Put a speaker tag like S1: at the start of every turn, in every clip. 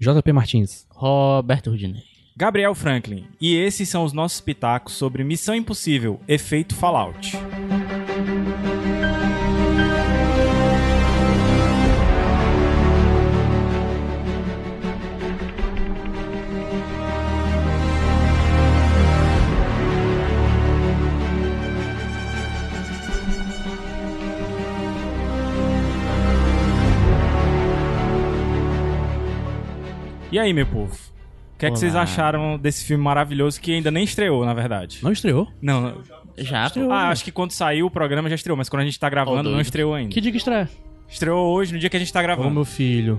S1: JP Martins.
S2: Roberto Rudinei.
S3: Gabriel Franklin. E esses são os nossos pitacos sobre Missão Impossível, Efeito Fallout. E aí, meu povo? O que é que
S2: Olá.
S3: vocês acharam desse filme maravilhoso que ainda nem estreou, na verdade?
S1: Não estreou?
S3: Não. não.
S2: Já, pô.
S3: Ah, acho que quando saiu o programa já estreou, mas quando a gente tá
S2: Ó,
S3: gravando
S2: doido.
S3: não estreou ainda.
S1: Que dia que estreia?
S3: Estreou hoje, no dia que a gente tá
S1: Ô,
S3: gravando.
S1: meu filho.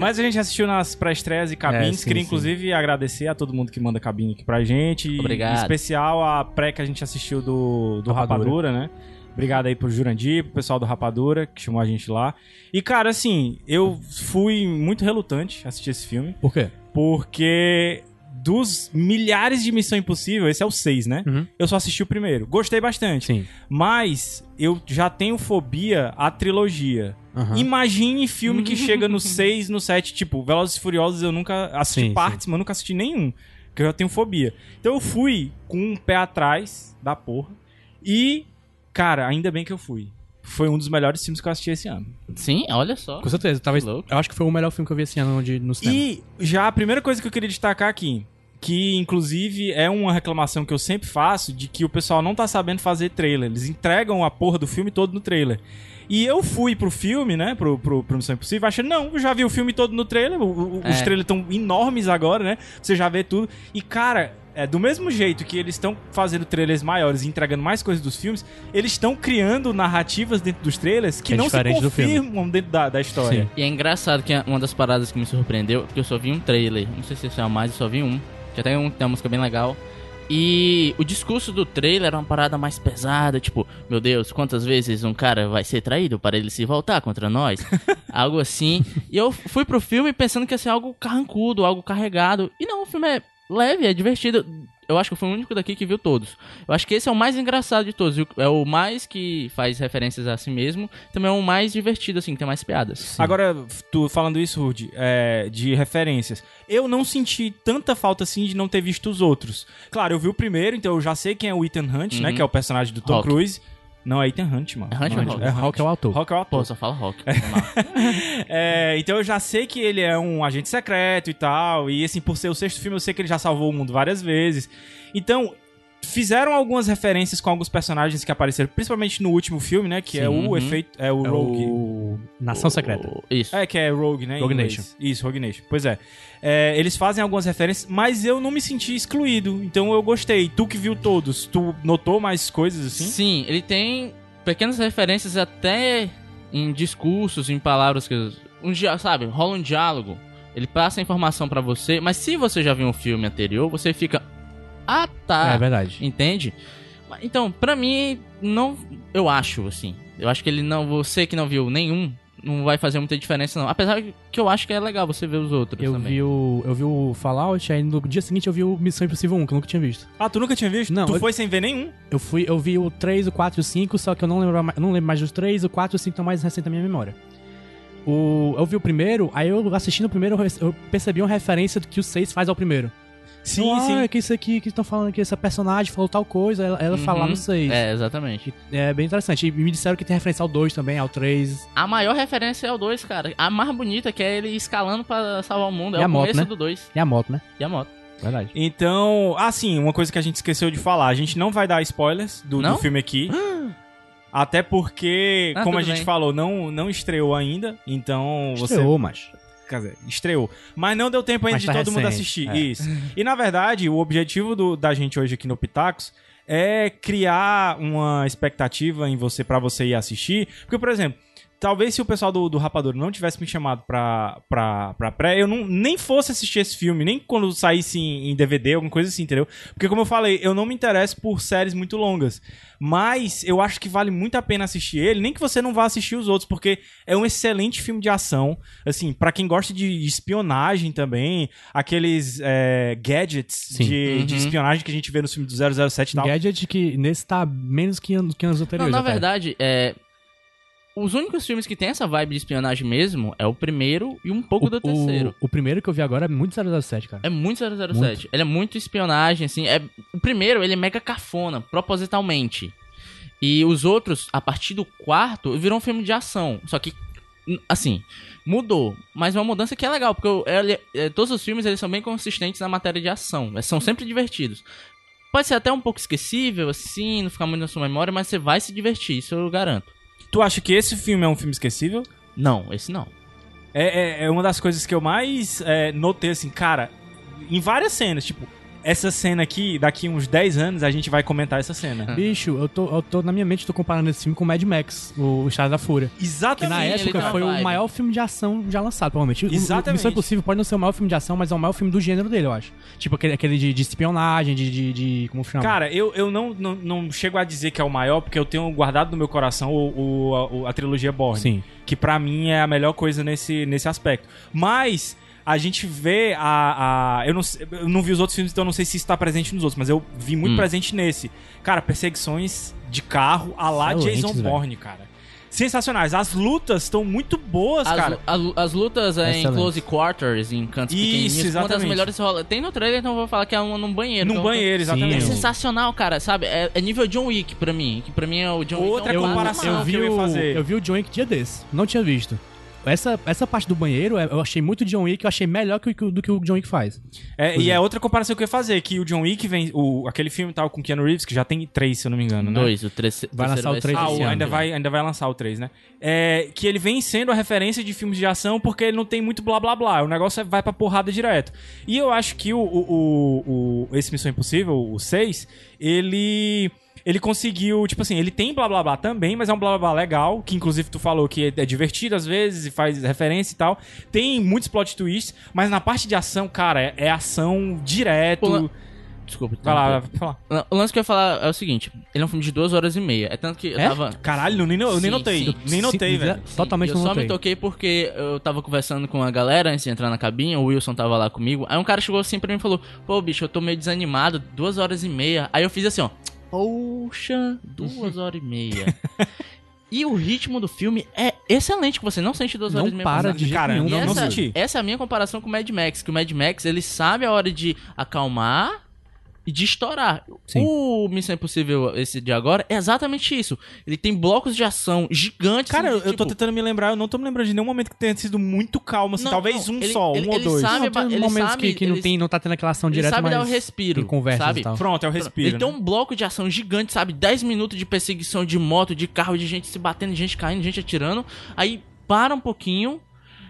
S3: Mas a gente assistiu nas pré-estreias e cabines.
S1: É, sim,
S3: Queria,
S1: sim.
S3: inclusive, agradecer a todo mundo que manda cabine aqui pra gente. E,
S2: Obrigado.
S3: Em especial a pré que a gente assistiu do, do Rapadura.
S1: Rapadura.
S3: né? Obrigado aí pro Jurandir, pro pessoal do Rapadura, que chamou a gente lá. E, cara, assim, eu fui muito relutante assistir esse filme,
S1: Por quê?
S3: porque dos milhares de Missão Impossível, esse é o 6, né?
S1: Uhum.
S3: Eu só assisti o primeiro. Gostei bastante.
S1: Sim.
S3: Mas eu já tenho fobia à trilogia.
S1: Aham.
S3: Imagine filme que chega no 6, no 7, tipo, Velozes e Furiosos eu nunca assisti
S1: Sim,
S3: partes, mas eu nunca assisti nenhum, porque eu já tenho fobia. Então eu fui com um pé atrás da porra e, cara, ainda bem que eu fui. Foi um dos melhores filmes que eu assisti esse ano.
S2: Sim, olha só.
S1: Com certeza. Talvez,
S2: Que louco.
S1: eu acho que foi o melhor filme que eu vi esse ano de, no cinema.
S3: E já a primeira coisa que eu queria destacar aqui, que inclusive é uma reclamação que eu sempre faço, de que o pessoal não tá sabendo fazer trailer. Eles entregam a porra do filme todo no trailer. E eu fui pro filme, né? Pro, pro, pro Missão Impossível, achando, não, eu já vi o filme todo no trailer. o- o- Os
S2: É.
S3: trailers estão enormes agora, né? Você já vê tudo. E, cara, é do mesmo jeito que eles estão fazendo trailers maiores e entregando mais coisas dos filmes, eles estão criando narrativas dentro dos trailers que
S1: É
S3: não se
S1: diferente do filme.
S3: confirmam dentro da, da história.
S1: Sim.
S2: E é engraçado que uma das paradas que me surpreendeu, porque eu só vi um trailer, não sei se isso é mais, eu só vi um, que até um que tem uma música bem legal. E o discurso do trailer era uma parada mais pesada, tipo, meu Deus, quantas vezes um cara vai ser traído para ele se voltar contra nós? algo assim. E eu fui pro filme pensando que ia ser algo carrancudo, algo carregado. E não, o filme é leve, é divertido. Eu acho que eu fui o único daqui que viu todos. Eu acho que esse é o mais engraçado de todos. e o- É o mais que faz referências a si mesmo. Também é o mais divertido, assim, que tem mais piadas.
S3: Agora, tu falando isso, Rudy, é, de referências, eu não senti tanta falta assim de não ter visto os outros. Claro, eu vi o primeiro, então eu já sei quem é o Ethan Hunt, né?
S2: Uhum.
S3: Que é o personagem do Tom
S2: Rock.
S3: Cruise. Não, é Ethan Hunt, mano.
S2: É Hunt
S3: Não,
S2: ou Rock?
S3: É Rock.
S1: Hulk é o autor.
S3: Rock é o
S2: Pô,
S3: ator.
S2: só fala rock. vamos lá.
S3: É, então eu já sei que ele é um agente secreto e tal. E assim, por ser o sexto filme, eu sei que ele já salvou o mundo várias vezes. Então, fizeram algumas referências com alguns personagens que apareceram, principalmente no último filme, né? Que é
S2: Sim,
S3: o
S2: uhum.
S3: efeito. É o
S1: É
S3: Rogue.
S1: o Nação Secreta.
S2: Isso.
S3: É, que é Rogue, né? em
S1: Rogue
S3: inglês.
S1: Nation.
S3: Isso, Rogue Nation. Pois é. É, Eles fazem algumas referências, mas eu não me senti excluído. Então eu gostei. Tu que viu todos, tu notou mais coisas
S2: Sim.
S3: assim?
S2: ele tem pequenas referências até em discursos, em palavras que. Um dia, sabe, rola um diálogo. Ele passa a informação pra você, mas se você já viu um filme anterior, você fica. Ah tá.
S1: É verdade.
S2: entende? Então, pra mim, não. Eu acho, assim. Eu acho que ele não. Você que não viu nenhum, não vai fazer muita diferença, não. Apesar que eu acho que é legal você ver os outros
S1: Eu
S2: também.
S1: vi, o, eu vi o Fallout, aí no dia seguinte eu vi o Missão Impossível 1, que eu nunca tinha visto.
S3: Ah, tu nunca tinha visto?
S1: Não,
S3: Tu
S1: eu-
S3: foi sem ver nenhum?
S1: Eu fui, eu vi o 3, o 4 e o 5, só que eu não lembro, ma- não lembro mais dos 3, o 4 e o 5 estão mais recentes na minha memória. O, eu vi o primeiro, aí eu assistindo o primeiro, eu rece- eu percebi uma referência do que o 6 faz ao primeiro.
S3: Sim,
S1: Eu, ah,
S3: sim.
S1: é que isso aqui que estão falando que essa personagem falou tal coisa, ela, ela
S2: Uhum.
S1: fala lá no 6. É.
S2: É, exatamente.
S1: bem interessante. E me disseram que tem referência ao 2 também, ao 3.
S2: A maior referência é o 2, cara. A mais bonita, que é ele escalando pra salvar o mundo. É
S1: E a
S2: o
S1: moto,
S2: começo
S1: né?
S2: do 2.
S1: E a moto, né?
S2: E a moto.
S1: Verdade.
S3: Então, ah, sim, uma coisa que a gente esqueceu de falar. A gente não vai dar spoilers do, do
S2: Não?
S3: filme aqui. Até porque,
S2: Ah,
S3: como a
S2: tudo
S3: gente
S2: bem.
S3: falou, não, não estreou ainda. Então, você
S1: Estreou, mas.
S3: Quer dizer, estreou. Mas não deu tempo ainda
S1: Mas
S3: de
S1: tá
S3: todo mundo
S1: recente,
S3: assistir.
S1: é.
S3: Isso. E na verdade, o objetivo do- da gente hoje aqui no Pitacos é criar uma expectativa em você para você ir assistir. Porque, por exemplo, talvez se o pessoal do, do Rapador não tivesse me chamado pra, pra, pra pré, eu não, nem fosse assistir esse filme, nem quando saísse em, em DVD, alguma coisa assim, entendeu? Porque, como eu falei, eu não me interesso por séries muito longas. Mas eu acho que vale muito a pena assistir ele, nem que você não vá assistir os outros, porque é um excelente filme de ação. Assim, pra quem gosta de espionagem também, aqueles é, gadgets
S1: Sim.
S3: de, de
S2: Uhum.
S3: espionagem que a gente vê no filme do 007 e tal.
S1: Gadget que nesse tá menos que anos, que anos
S2: Não,
S1: anteriores.
S2: na
S1: até.
S2: verdade, é. Os únicos filmes que tem essa vibe de espionagem mesmo é o primeiro e um pouco
S1: o,
S2: do terceiro.
S1: O, o primeiro que eu vi agora é muito 007, cara.
S2: É muito 007. Ele é muito espionagem, assim. É... O primeiro, ele é mega cafona, propositalmente. E os outros, a partir do quarto, virou um filme de ação. Só que, n- assim, mudou. Mas uma mudança que é legal, porque eu- ele- eh, todos os filmes eles são bem consistentes na matéria de ação. Eles são sempre divertidos. Pode ser até um pouco esquecível, assim, não ficar muito na sua memória, mas você vai se divertir, isso eu garanto.
S3: Tu acha que esse filme é um filme esquecível?
S2: Não, esse não.
S3: É, é- é uma das coisas que eu mais é, notei, assim, cara, em várias cenas, tipo, essa cena aqui, daqui uns 10 anos, a gente vai comentar essa
S2: Uhum.
S3: cena.
S1: Bicho, eu tô, eu tô, na minha mente, tô comparando esse filme com Mad Max, o Estado da Fúria. Que na
S3: Exatamente.
S2: ele tem
S1: época
S2: uma
S1: foi o
S2: vibe.
S1: maior filme de ação já lançado, provavelmente. O- o-
S3: Exatamente.
S1: Missão Impossível pode não ser o maior filme de ação, mas é o maior filme do gênero dele, eu acho. Tipo aquele, aquele de, de espionagem, de, de, de- Como chama?
S3: Cara, eu, eu não, não, não chego a dizer que é o maior, porque eu tenho guardado no meu coração o, o- a, o- a trilogia Borne.
S1: Sim.
S3: Que pra mim é a melhor coisa nesse, nesse aspecto. Mas a gente vê a. a- eu, não, sei- eu não vi os outros filmes, então eu não sei se isso tá presente nos outros, mas eu vi muito
S2: Hum.
S3: presente nesse. Cara, perseguições de carro a lá
S1: Excelentes,
S3: Jason
S1: velho.
S3: Bourne, cara. Sensacionais. As lutas estão muito boas,
S2: As,
S3: cara.
S2: a- as lutas é em
S1: Excelente.
S2: close quarters, em cantos
S3: Isso,
S2: pequenininhos, uma das
S3: exatamente.
S2: melhores rola. Tem no trailer, então eu vou falar que é uma num banheiro.
S3: Num
S2: então-
S3: banheiro,
S1: Sim,
S3: exatamente.
S2: É
S1: eu-
S2: sensacional, cara, sabe? É, é nível John Wick pra mim. Que pra mim é o John Wick.
S3: Outra
S2: é
S1: eu,
S2: um patamar.
S3: comparação
S1: eu vi
S3: que eu ia
S1: o,
S3: fazer.
S1: eu vi o John Wick dia desse. Não tinha visto. Essa, essa parte do banheiro, é- eu achei muito John Wick, eu achei melhor que, o- do que o John Wick faz.
S3: É, e é outra comparação que eu ia fazer, que o John Wick vem. O, aquele filme tal com Keanu Reeves, que já tem três, se eu não me engano, né?
S2: Dois, o trece- terceiro.
S1: Vai lançar o
S2: ser
S1: três
S3: Ah,
S2: esse
S3: o-
S2: ano.
S3: ainda, vai, ainda vai lançar o 3, né? É, que ele vem sendo a referência de filmes de ação porque ele não tem muito blá blá blá. O negócio é- vai pra porrada direto. E eu acho que o, o- o- o- esse Missão Impossível, o 6, ele. Ele conseguiu, tipo assim, ele tem blá blá blá também, mas é um blá blá blá legal, que inclusive tu falou que é divertido às vezes e faz referência e tal. Tem muitos plot twists, mas na parte de ação, cara, é, é ação direto.
S2: Pula- Desculpa.
S3: Vai lá,
S2: interromper.
S3: vai lá.
S2: Não, O lance que eu ia falar é o seguinte: ele é um filme de duas horas e meia. É tanto que eu
S3: É?
S2: tava.
S3: Caralho, eu nem, eu nem
S2: Sim,
S3: notei.
S2: sim.
S3: Nem notei,
S1: Sim,
S3: velho.
S1: exa- Totalmente
S2: eu
S1: não
S2: só
S1: notei.
S2: me toquei porque eu tava conversando com a galera antes de entrar na cabine, o Wilson tava lá comigo. Aí um cara chegou assim pra mim e falou: Pô, bicho, eu tô meio desanimado, duas horas e meia. Aí eu fiz assim, ó. Poxa, duas horas e meia. e o ritmo do filme é excelente, que você não sente duas
S1: Não
S2: horas e meia
S1: para
S2: passar.
S1: de jeito
S3: Cara,
S1: nenhum.
S2: E
S3: não-
S2: essa,
S3: não senti.
S2: Essa é a minha comparação com o Mad Max, que o Mad Max ele sabe a hora de acalmar e de estourar.
S1: Sim.
S2: O Missão Impossível, esse de agora, é exatamente isso. Ele tem blocos de ação gigantes.
S3: Cara,
S2: de,
S3: eu tô
S2: tipo,
S3: tentando me lembrar, eu não tô me lembrando de nenhum momento que tenha sido muito calmo, assim,
S2: Não,
S3: talvez um
S2: não, ele-
S3: só,
S2: ele-
S3: um ou
S2: ele
S3: dois.
S2: sabe-
S1: não, tem
S2: ele
S1: momentos
S2: sabe-
S1: que, que não,
S2: ele-
S1: tem, não tá tendo aquela ação
S2: ele
S1: direta,
S2: sabe
S1: mas
S2: dar um o respiro,
S1: tem conversas
S2: sabe?
S1: e tal.
S3: Pronto, é o respiro.
S2: Ele tem
S3: né?
S2: um bloco de ação gigante, sabe? 10 minutos de perseguição de moto, de carro, de gente se batendo, de gente caindo, de gente atirando. Aí para um pouquinho.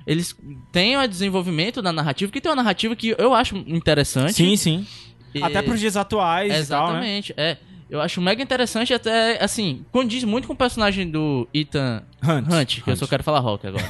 S2: Eles têm o desenvolvimento da narrativa, que tem uma narrativa que eu acho interessante.
S3: né? Sim, sim.
S2: E-
S3: Até pros dias atuais e tal, né?
S2: Exatamente, é. Eu acho mega interessante, até assim, condiz muito com o personagem do Ethan Hunt, que eu só quero falar Hulk agora.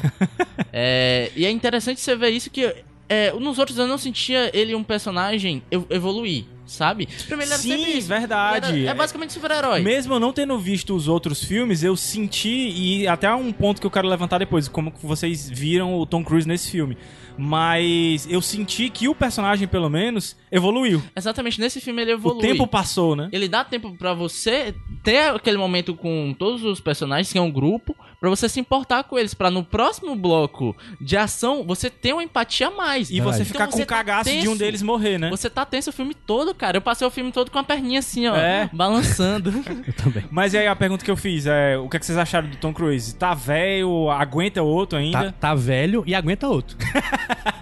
S2: É, e é interessante você ver isso que. é, nos outros eu não sentia ele um personagem ev- evoluir, sabe? Primeiro ele era
S3: Sim,
S2: sempre isso.
S3: verdade.
S2: Ele era-
S3: É-
S2: é basicamente super-herói.
S3: Mesmo eu não tendo visto os outros filmes, eu senti, e até um ponto que eu quero levantar depois, como que vocês viram o Tom Cruise nesse filme. Mas eu senti que o personagem, pelo menos, evoluiu.
S2: Exatamente, nesse filme ele evolui.
S3: O tempo passou, né?
S2: Ele dá tempo pra você ter aquele momento com todos os personagens, que é um grupo, pra você se importar com eles, pra no próximo bloco de ação você ter uma empatia a mais.
S3: E
S1: Verdade.
S3: você
S2: Então
S3: ficar com
S2: você
S3: o
S2: tá
S3: cagaço de um
S2: tenso.
S3: deles morrer, né?
S2: Você tá tenso o filme todo, cara. Eu passei o filme todo com a perninha assim, ó,
S3: É.
S2: balançando.
S1: Eu também.
S3: Mas e aí a pergunta que eu fiz é: o que, é que vocês acharam do Tom Cruise? Tá velho? Aguenta outro
S1: Tá,
S3: ainda?
S1: tá velho e aguenta outro.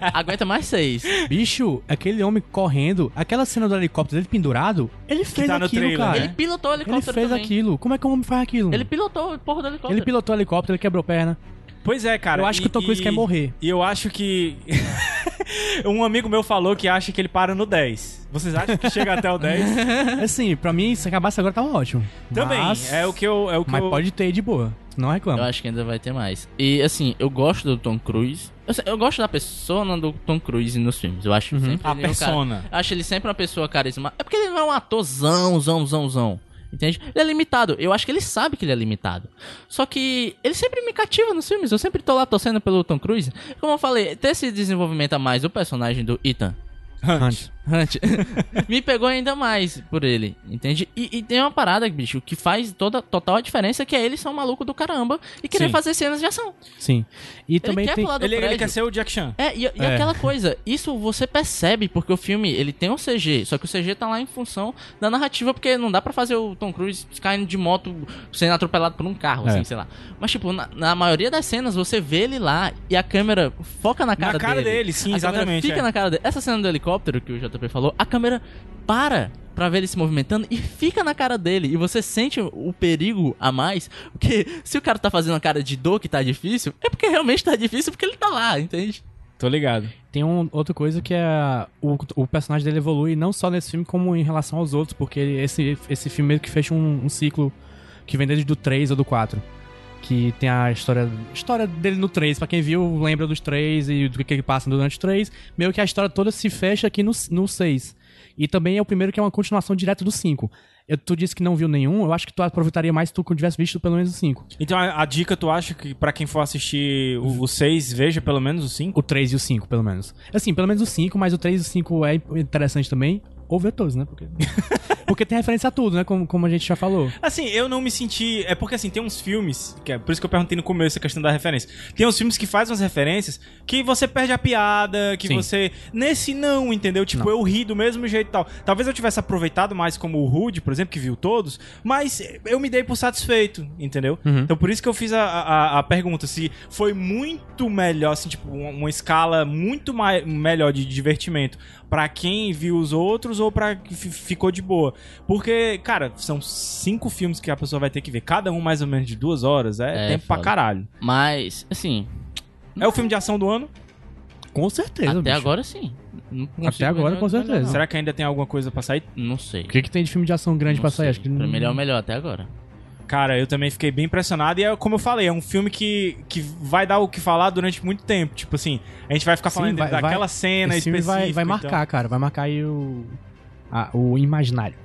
S2: Aguenta mais seis.
S1: Bicho, aquele homem correndo, aquela cena do helicóptero dele pendurado, ele fez
S3: tá no
S1: aquilo,
S3: trailer,
S1: cara.
S3: né?
S2: Ele pilotou o
S1: É. Ele
S2: helicóptero
S1: fez
S2: também.
S1: aquilo. Como é que o homem faz aquilo?
S2: Ele pilotou o porra do helicóptero.
S1: Ele pilotou o helicóptero, ele quebrou perna.
S3: Pois é, cara.
S1: eu acho que o Tom Cruise
S3: e-
S1: quer morrer.
S3: E eu acho que. um amigo meu falou que acha que ele para no 10. Vocês acham que chega até o 10?
S1: Assim, pra mim, se acabasse agora, tava ótimo.
S3: Também.
S1: Mas-
S3: É o que eu. É o que
S1: Mas
S3: eu...
S1: pode ter de boa. Não
S2: Eu
S1: reclama.
S2: acho que ainda vai ter mais. E assim, eu gosto do Tom Cruise. Eu, sei- eu gosto da persona do Tom Cruise nos filmes. Eu
S1: Uhum.
S2: acho sempre
S3: A
S1: né,
S2: ele um cara-
S3: persona.
S2: Eu acho ele sempre uma pessoa carismática. É porque ele não é um atorzão, zão, zão, zão. Entende? Ele é limitado. Eu acho que ele sabe que ele é limitado. Só que ele sempre me cativa nos filmes. Eu sempre tô lá torcendo pelo Tom Cruise. Como eu falei, ter esse desenvolvimento a mais do personagem do Ethan
S1: Hunt.
S2: Hunt me pegou ainda mais por ele, entende? E, e tem uma parada, bicho, que faz toda total a diferença que é eles são maluco do caramba e querer
S3: Sim.
S2: fazer cenas de ação.
S1: Sim. E também
S2: quer
S1: tem.
S2: pular do
S3: Ele, ele
S2: prédio.
S3: quer ser o Jack Chan.
S2: É, e, e
S1: É.
S2: aquela coisa, isso você percebe, porque o filme, ele tem um CG, só que o CG tá lá em função da narrativa, porque não dá pra fazer o Tom Cruise caindo de moto, sendo atropelado por um carro,
S1: É.
S2: assim, sei lá. Mas, tipo, na, na maioria das cenas, você vê ele lá e a câmera foca na cara
S3: Na
S2: dele.
S3: cara dele, sim,
S2: A câmera
S3: exatamente.
S2: Fica
S3: é.
S2: na cara dele. Essa cena do helicóptero que o JP falou, a câmera para pra ver ele se movimentando e fica na cara dele. E você sente o perigo a mais, porque se o cara tá fazendo a cara de dor que tá difícil, é porque realmente tá difícil, porque ele tá lá, entende?
S3: Tô ligado.
S1: Tem um, outra coisa que é. O, o personagem dele evolui não só nesse filme, como em relação aos outros, porque ele- esse, esse filme meio que fecha um, um ciclo que vem desde do 3 ou do 4. Que tem a história, história dele no 3. Pra quem viu, lembra dos 3 e do que ele passa durante o 3. Meio que a história toda se fecha aqui no, no 6. E também é o primeiro que é uma continuação direta do 5. Eu, tu disse que não viu nenhum, eu acho que tu aproveitaria mais se tu tivesse visto pelo menos o 5.
S3: Então a, a dica, tu acha que pra quem for assistir o 6, veja pelo menos o 5?
S1: O 3 e o 5, pelo menos. Assim, pelo menos o 5, mas o 3 e o 5 é interessante também. Ou ver todos, né? Porque, porque tem referência a tudo, né? Como, como a gente já falou.
S3: Assim, eu não me senti. É porque assim, tem uns filmes. Que é por isso que eu perguntei no começo essa questão da referência. Tem uns filmes que fazem umas referências que você perde a piada, que
S1: Sim.
S3: você. Nesse não, entendeu? Tipo, eu ri do mesmo jeito e tal. Talvez eu tivesse aproveitado mais como o Rude, por exemplo, que viu todos, mas eu me dei por satisfeito, entendeu?
S1: Uhum.
S2: Uhum.
S3: Então por isso que eu fiz a, a, a pergunta se foi muito melhor, assim, tipo, uma, uma escala muito mai- melhor de divertimento pra quem viu os outros ou pra que fi- ficou de boa. Porque, cara, são cinco filmes que a pessoa vai ter que ver, cada um mais ou menos de duas horas, é,
S2: É,
S3: tempo pra
S2: foda.
S3: caralho.
S2: Mas, assim,
S3: É o filme de ação do ano?
S1: Com certeza,
S2: até
S1: bicho.
S2: agora sim. Não consigo
S1: Até agora,
S2: melhor-
S1: com certeza.
S2: melhor, não.
S3: Será que ainda tem alguma coisa pra sair?
S2: Não sei.
S1: O que, que tem de filme de ação grande
S2: Não
S1: pra sair?
S2: sei.
S1: Acho que
S2: Pra
S1: não-
S2: mim ele é o melhor até agora.
S3: Cara, eu também fiquei bem impressionado. E é como eu falei, é um filme que, que vai dar o que falar durante muito tempo. Tipo assim, a gente vai ficar
S1: Sim,
S3: falando
S1: vai- vai-
S3: daquela cena
S1: Esse filme
S3: específica.
S1: vai, vai
S3: então.
S1: marcar, cara. Vai marcar aí o, a- o imaginário.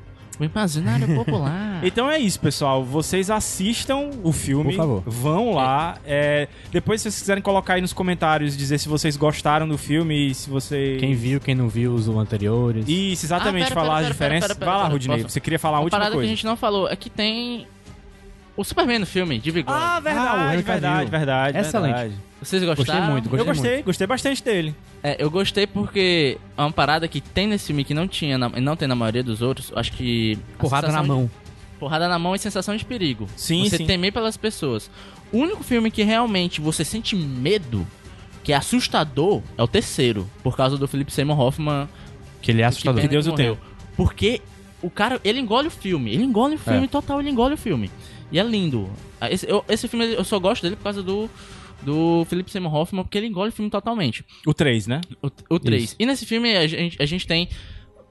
S2: O imaginário popular.
S3: Então é isso, pessoal. Vocês assistam o filme.
S1: Por favor.
S3: Vão lá. É, depois, se vocês quiserem colocar aí nos comentários, dizer se vocês gostaram do filme e se você.
S1: Quem viu, quem não viu os anteriores.
S3: Isso, exatamente,
S2: Ah, pera,
S3: falar
S2: pera,
S3: as
S2: pera,
S3: diferenças.
S2: pera, pera,
S3: vai lá,
S2: pera,
S3: Rudinei.
S2: posso?
S3: Você queria falar a
S2: Uma
S3: última
S2: parada que a
S3: coisa.
S2: gente não falou é que tem o Superman no filme, de bigode.
S3: Ah,
S1: Ah, o
S3: verdade,
S1: Henry
S3: verdade,
S1: Cavill.
S3: verdade.
S1: Excelente.
S3: verdade.
S2: Vocês
S1: Gostei
S2: gostaram?
S1: muito,
S3: Eu
S1: gostei,
S3: gostei,
S1: muito.
S3: gostei bastante dele.
S2: É, eu gostei porque é uma parada que tem nesse filme que não tinha, na- não tem na maioria dos outros. Acho que. a
S1: Porrada na
S2: sensação de-
S1: mão.
S2: porrada na mão e sensação de perigo.
S3: Sim,
S2: você
S3: sim.
S2: temer pelas pessoas. O único filme que realmente você sente medo, que é assustador, é o terceiro, por causa do Philip Seymour Hoffman.
S1: Que ele é
S2: pena
S1: assustador.
S3: Que Deus o
S2: morreu. Porque o cara, ele engole o filme, ele engole o
S3: É.
S2: filme total, ele engole o filme. E é lindo. Ah, Esse, eu- esse filme eu só gosto dele por causa do do Philip Seymour Hoffman, porque ele engole o filme totalmente.
S3: O 3, né?
S2: O, o 3.
S1: Isso.
S2: E nesse filme a gente, a gente tem.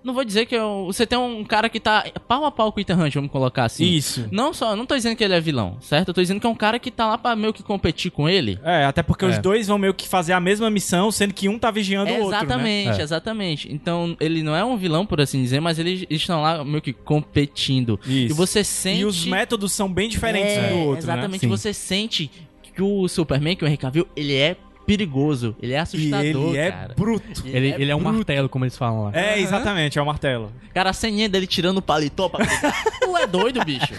S2: Não vou dizer que é um- você tem um cara que tá pau a pau com o Ethan Hunt, vamos colocar assim.
S3: Isso.
S2: Não só, não tô dizendo que ele é vilão, certo? Eu tô dizendo que é um cara que tá lá pra meio que competir com ele.
S3: É, até porque os
S1: É.
S3: dois vão meio que fazer a mesma missão, sendo que um tá vigiando o outro. Né?
S2: exatamente,
S1: É.
S2: exatamente. Então, ele não é um vilão, por assim dizer, mas eles estão lá meio que competindo.
S3: Isso.
S2: E você sente.
S3: E os métodos são bem diferentes
S2: É,
S3: um do outro. Né?
S2: Exatamente,
S1: Sim.
S2: você sente que o Superman, que o Henry Cavill, ele é perigoso, ele é
S3: E
S2: assustador,
S3: ele é
S2: cara.
S3: bruto.
S1: Ele, ele é um
S2: bruto.
S1: martelo, como eles falam lá.
S3: É, exatamente, é o martelo.
S2: Cara, a ceninha dele tirando o paletó pra gritar. Tu é doido, bicho.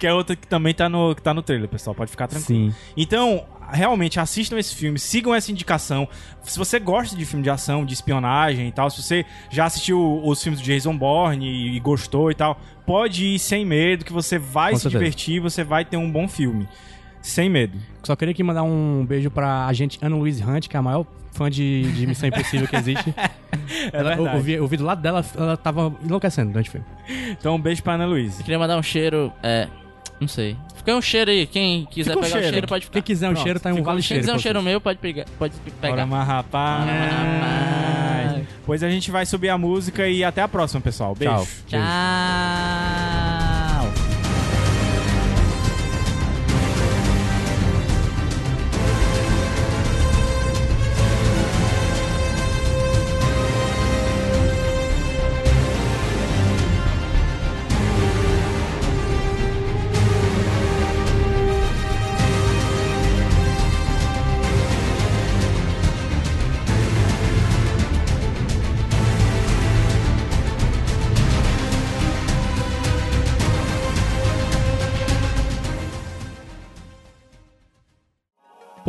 S3: Que é outra que também tá no, que tá no trailer, pessoal. Pode ficar tranquilo.
S1: Sim.
S3: Então, realmente, assistam esse filme, sigam essa indicação. Se você gosta de filme de ação, de espionagem e tal, se você já assistiu os filmes do Jason Bourne e, e gostou e tal, pode ir sem medo, que você vai
S1: Com
S3: se
S1: certeza.
S3: divertir, você vai ter um bom filme. Sem medo.
S1: Só queria aqui mandar um beijo pra agente Ana Louise Hunt, que é a maior fã de, de Missão Impossível que existe.
S4: É
S1: ela, eu,
S3: É verdade.
S1: eu, vi, eu vi do lado dela, ela tava enlouquecendo durante o filme.
S3: Então, um beijo pra Ana Luísa.
S2: Queria mandar um cheiro, é. Não sei. Fica um cheiro aí, quem quiser
S3: Fica um
S2: pegar
S3: cheiro.
S2: o cheiro pode ficar.
S1: Quem quiser um
S3: Pronto,
S1: cheiro, tá em um
S3: ficou
S1: vale
S2: Quem
S1: cheiro.
S2: quiser um
S1: pra
S2: cheiro meu, pode pegar. Pode pegar.
S3: Ora, mas, rapaz.
S2: Ora,
S3: Pois a gente vai subir a música e até a próxima, pessoal. Beijo.
S1: Tchau.
S2: Tchau.
S4: Thank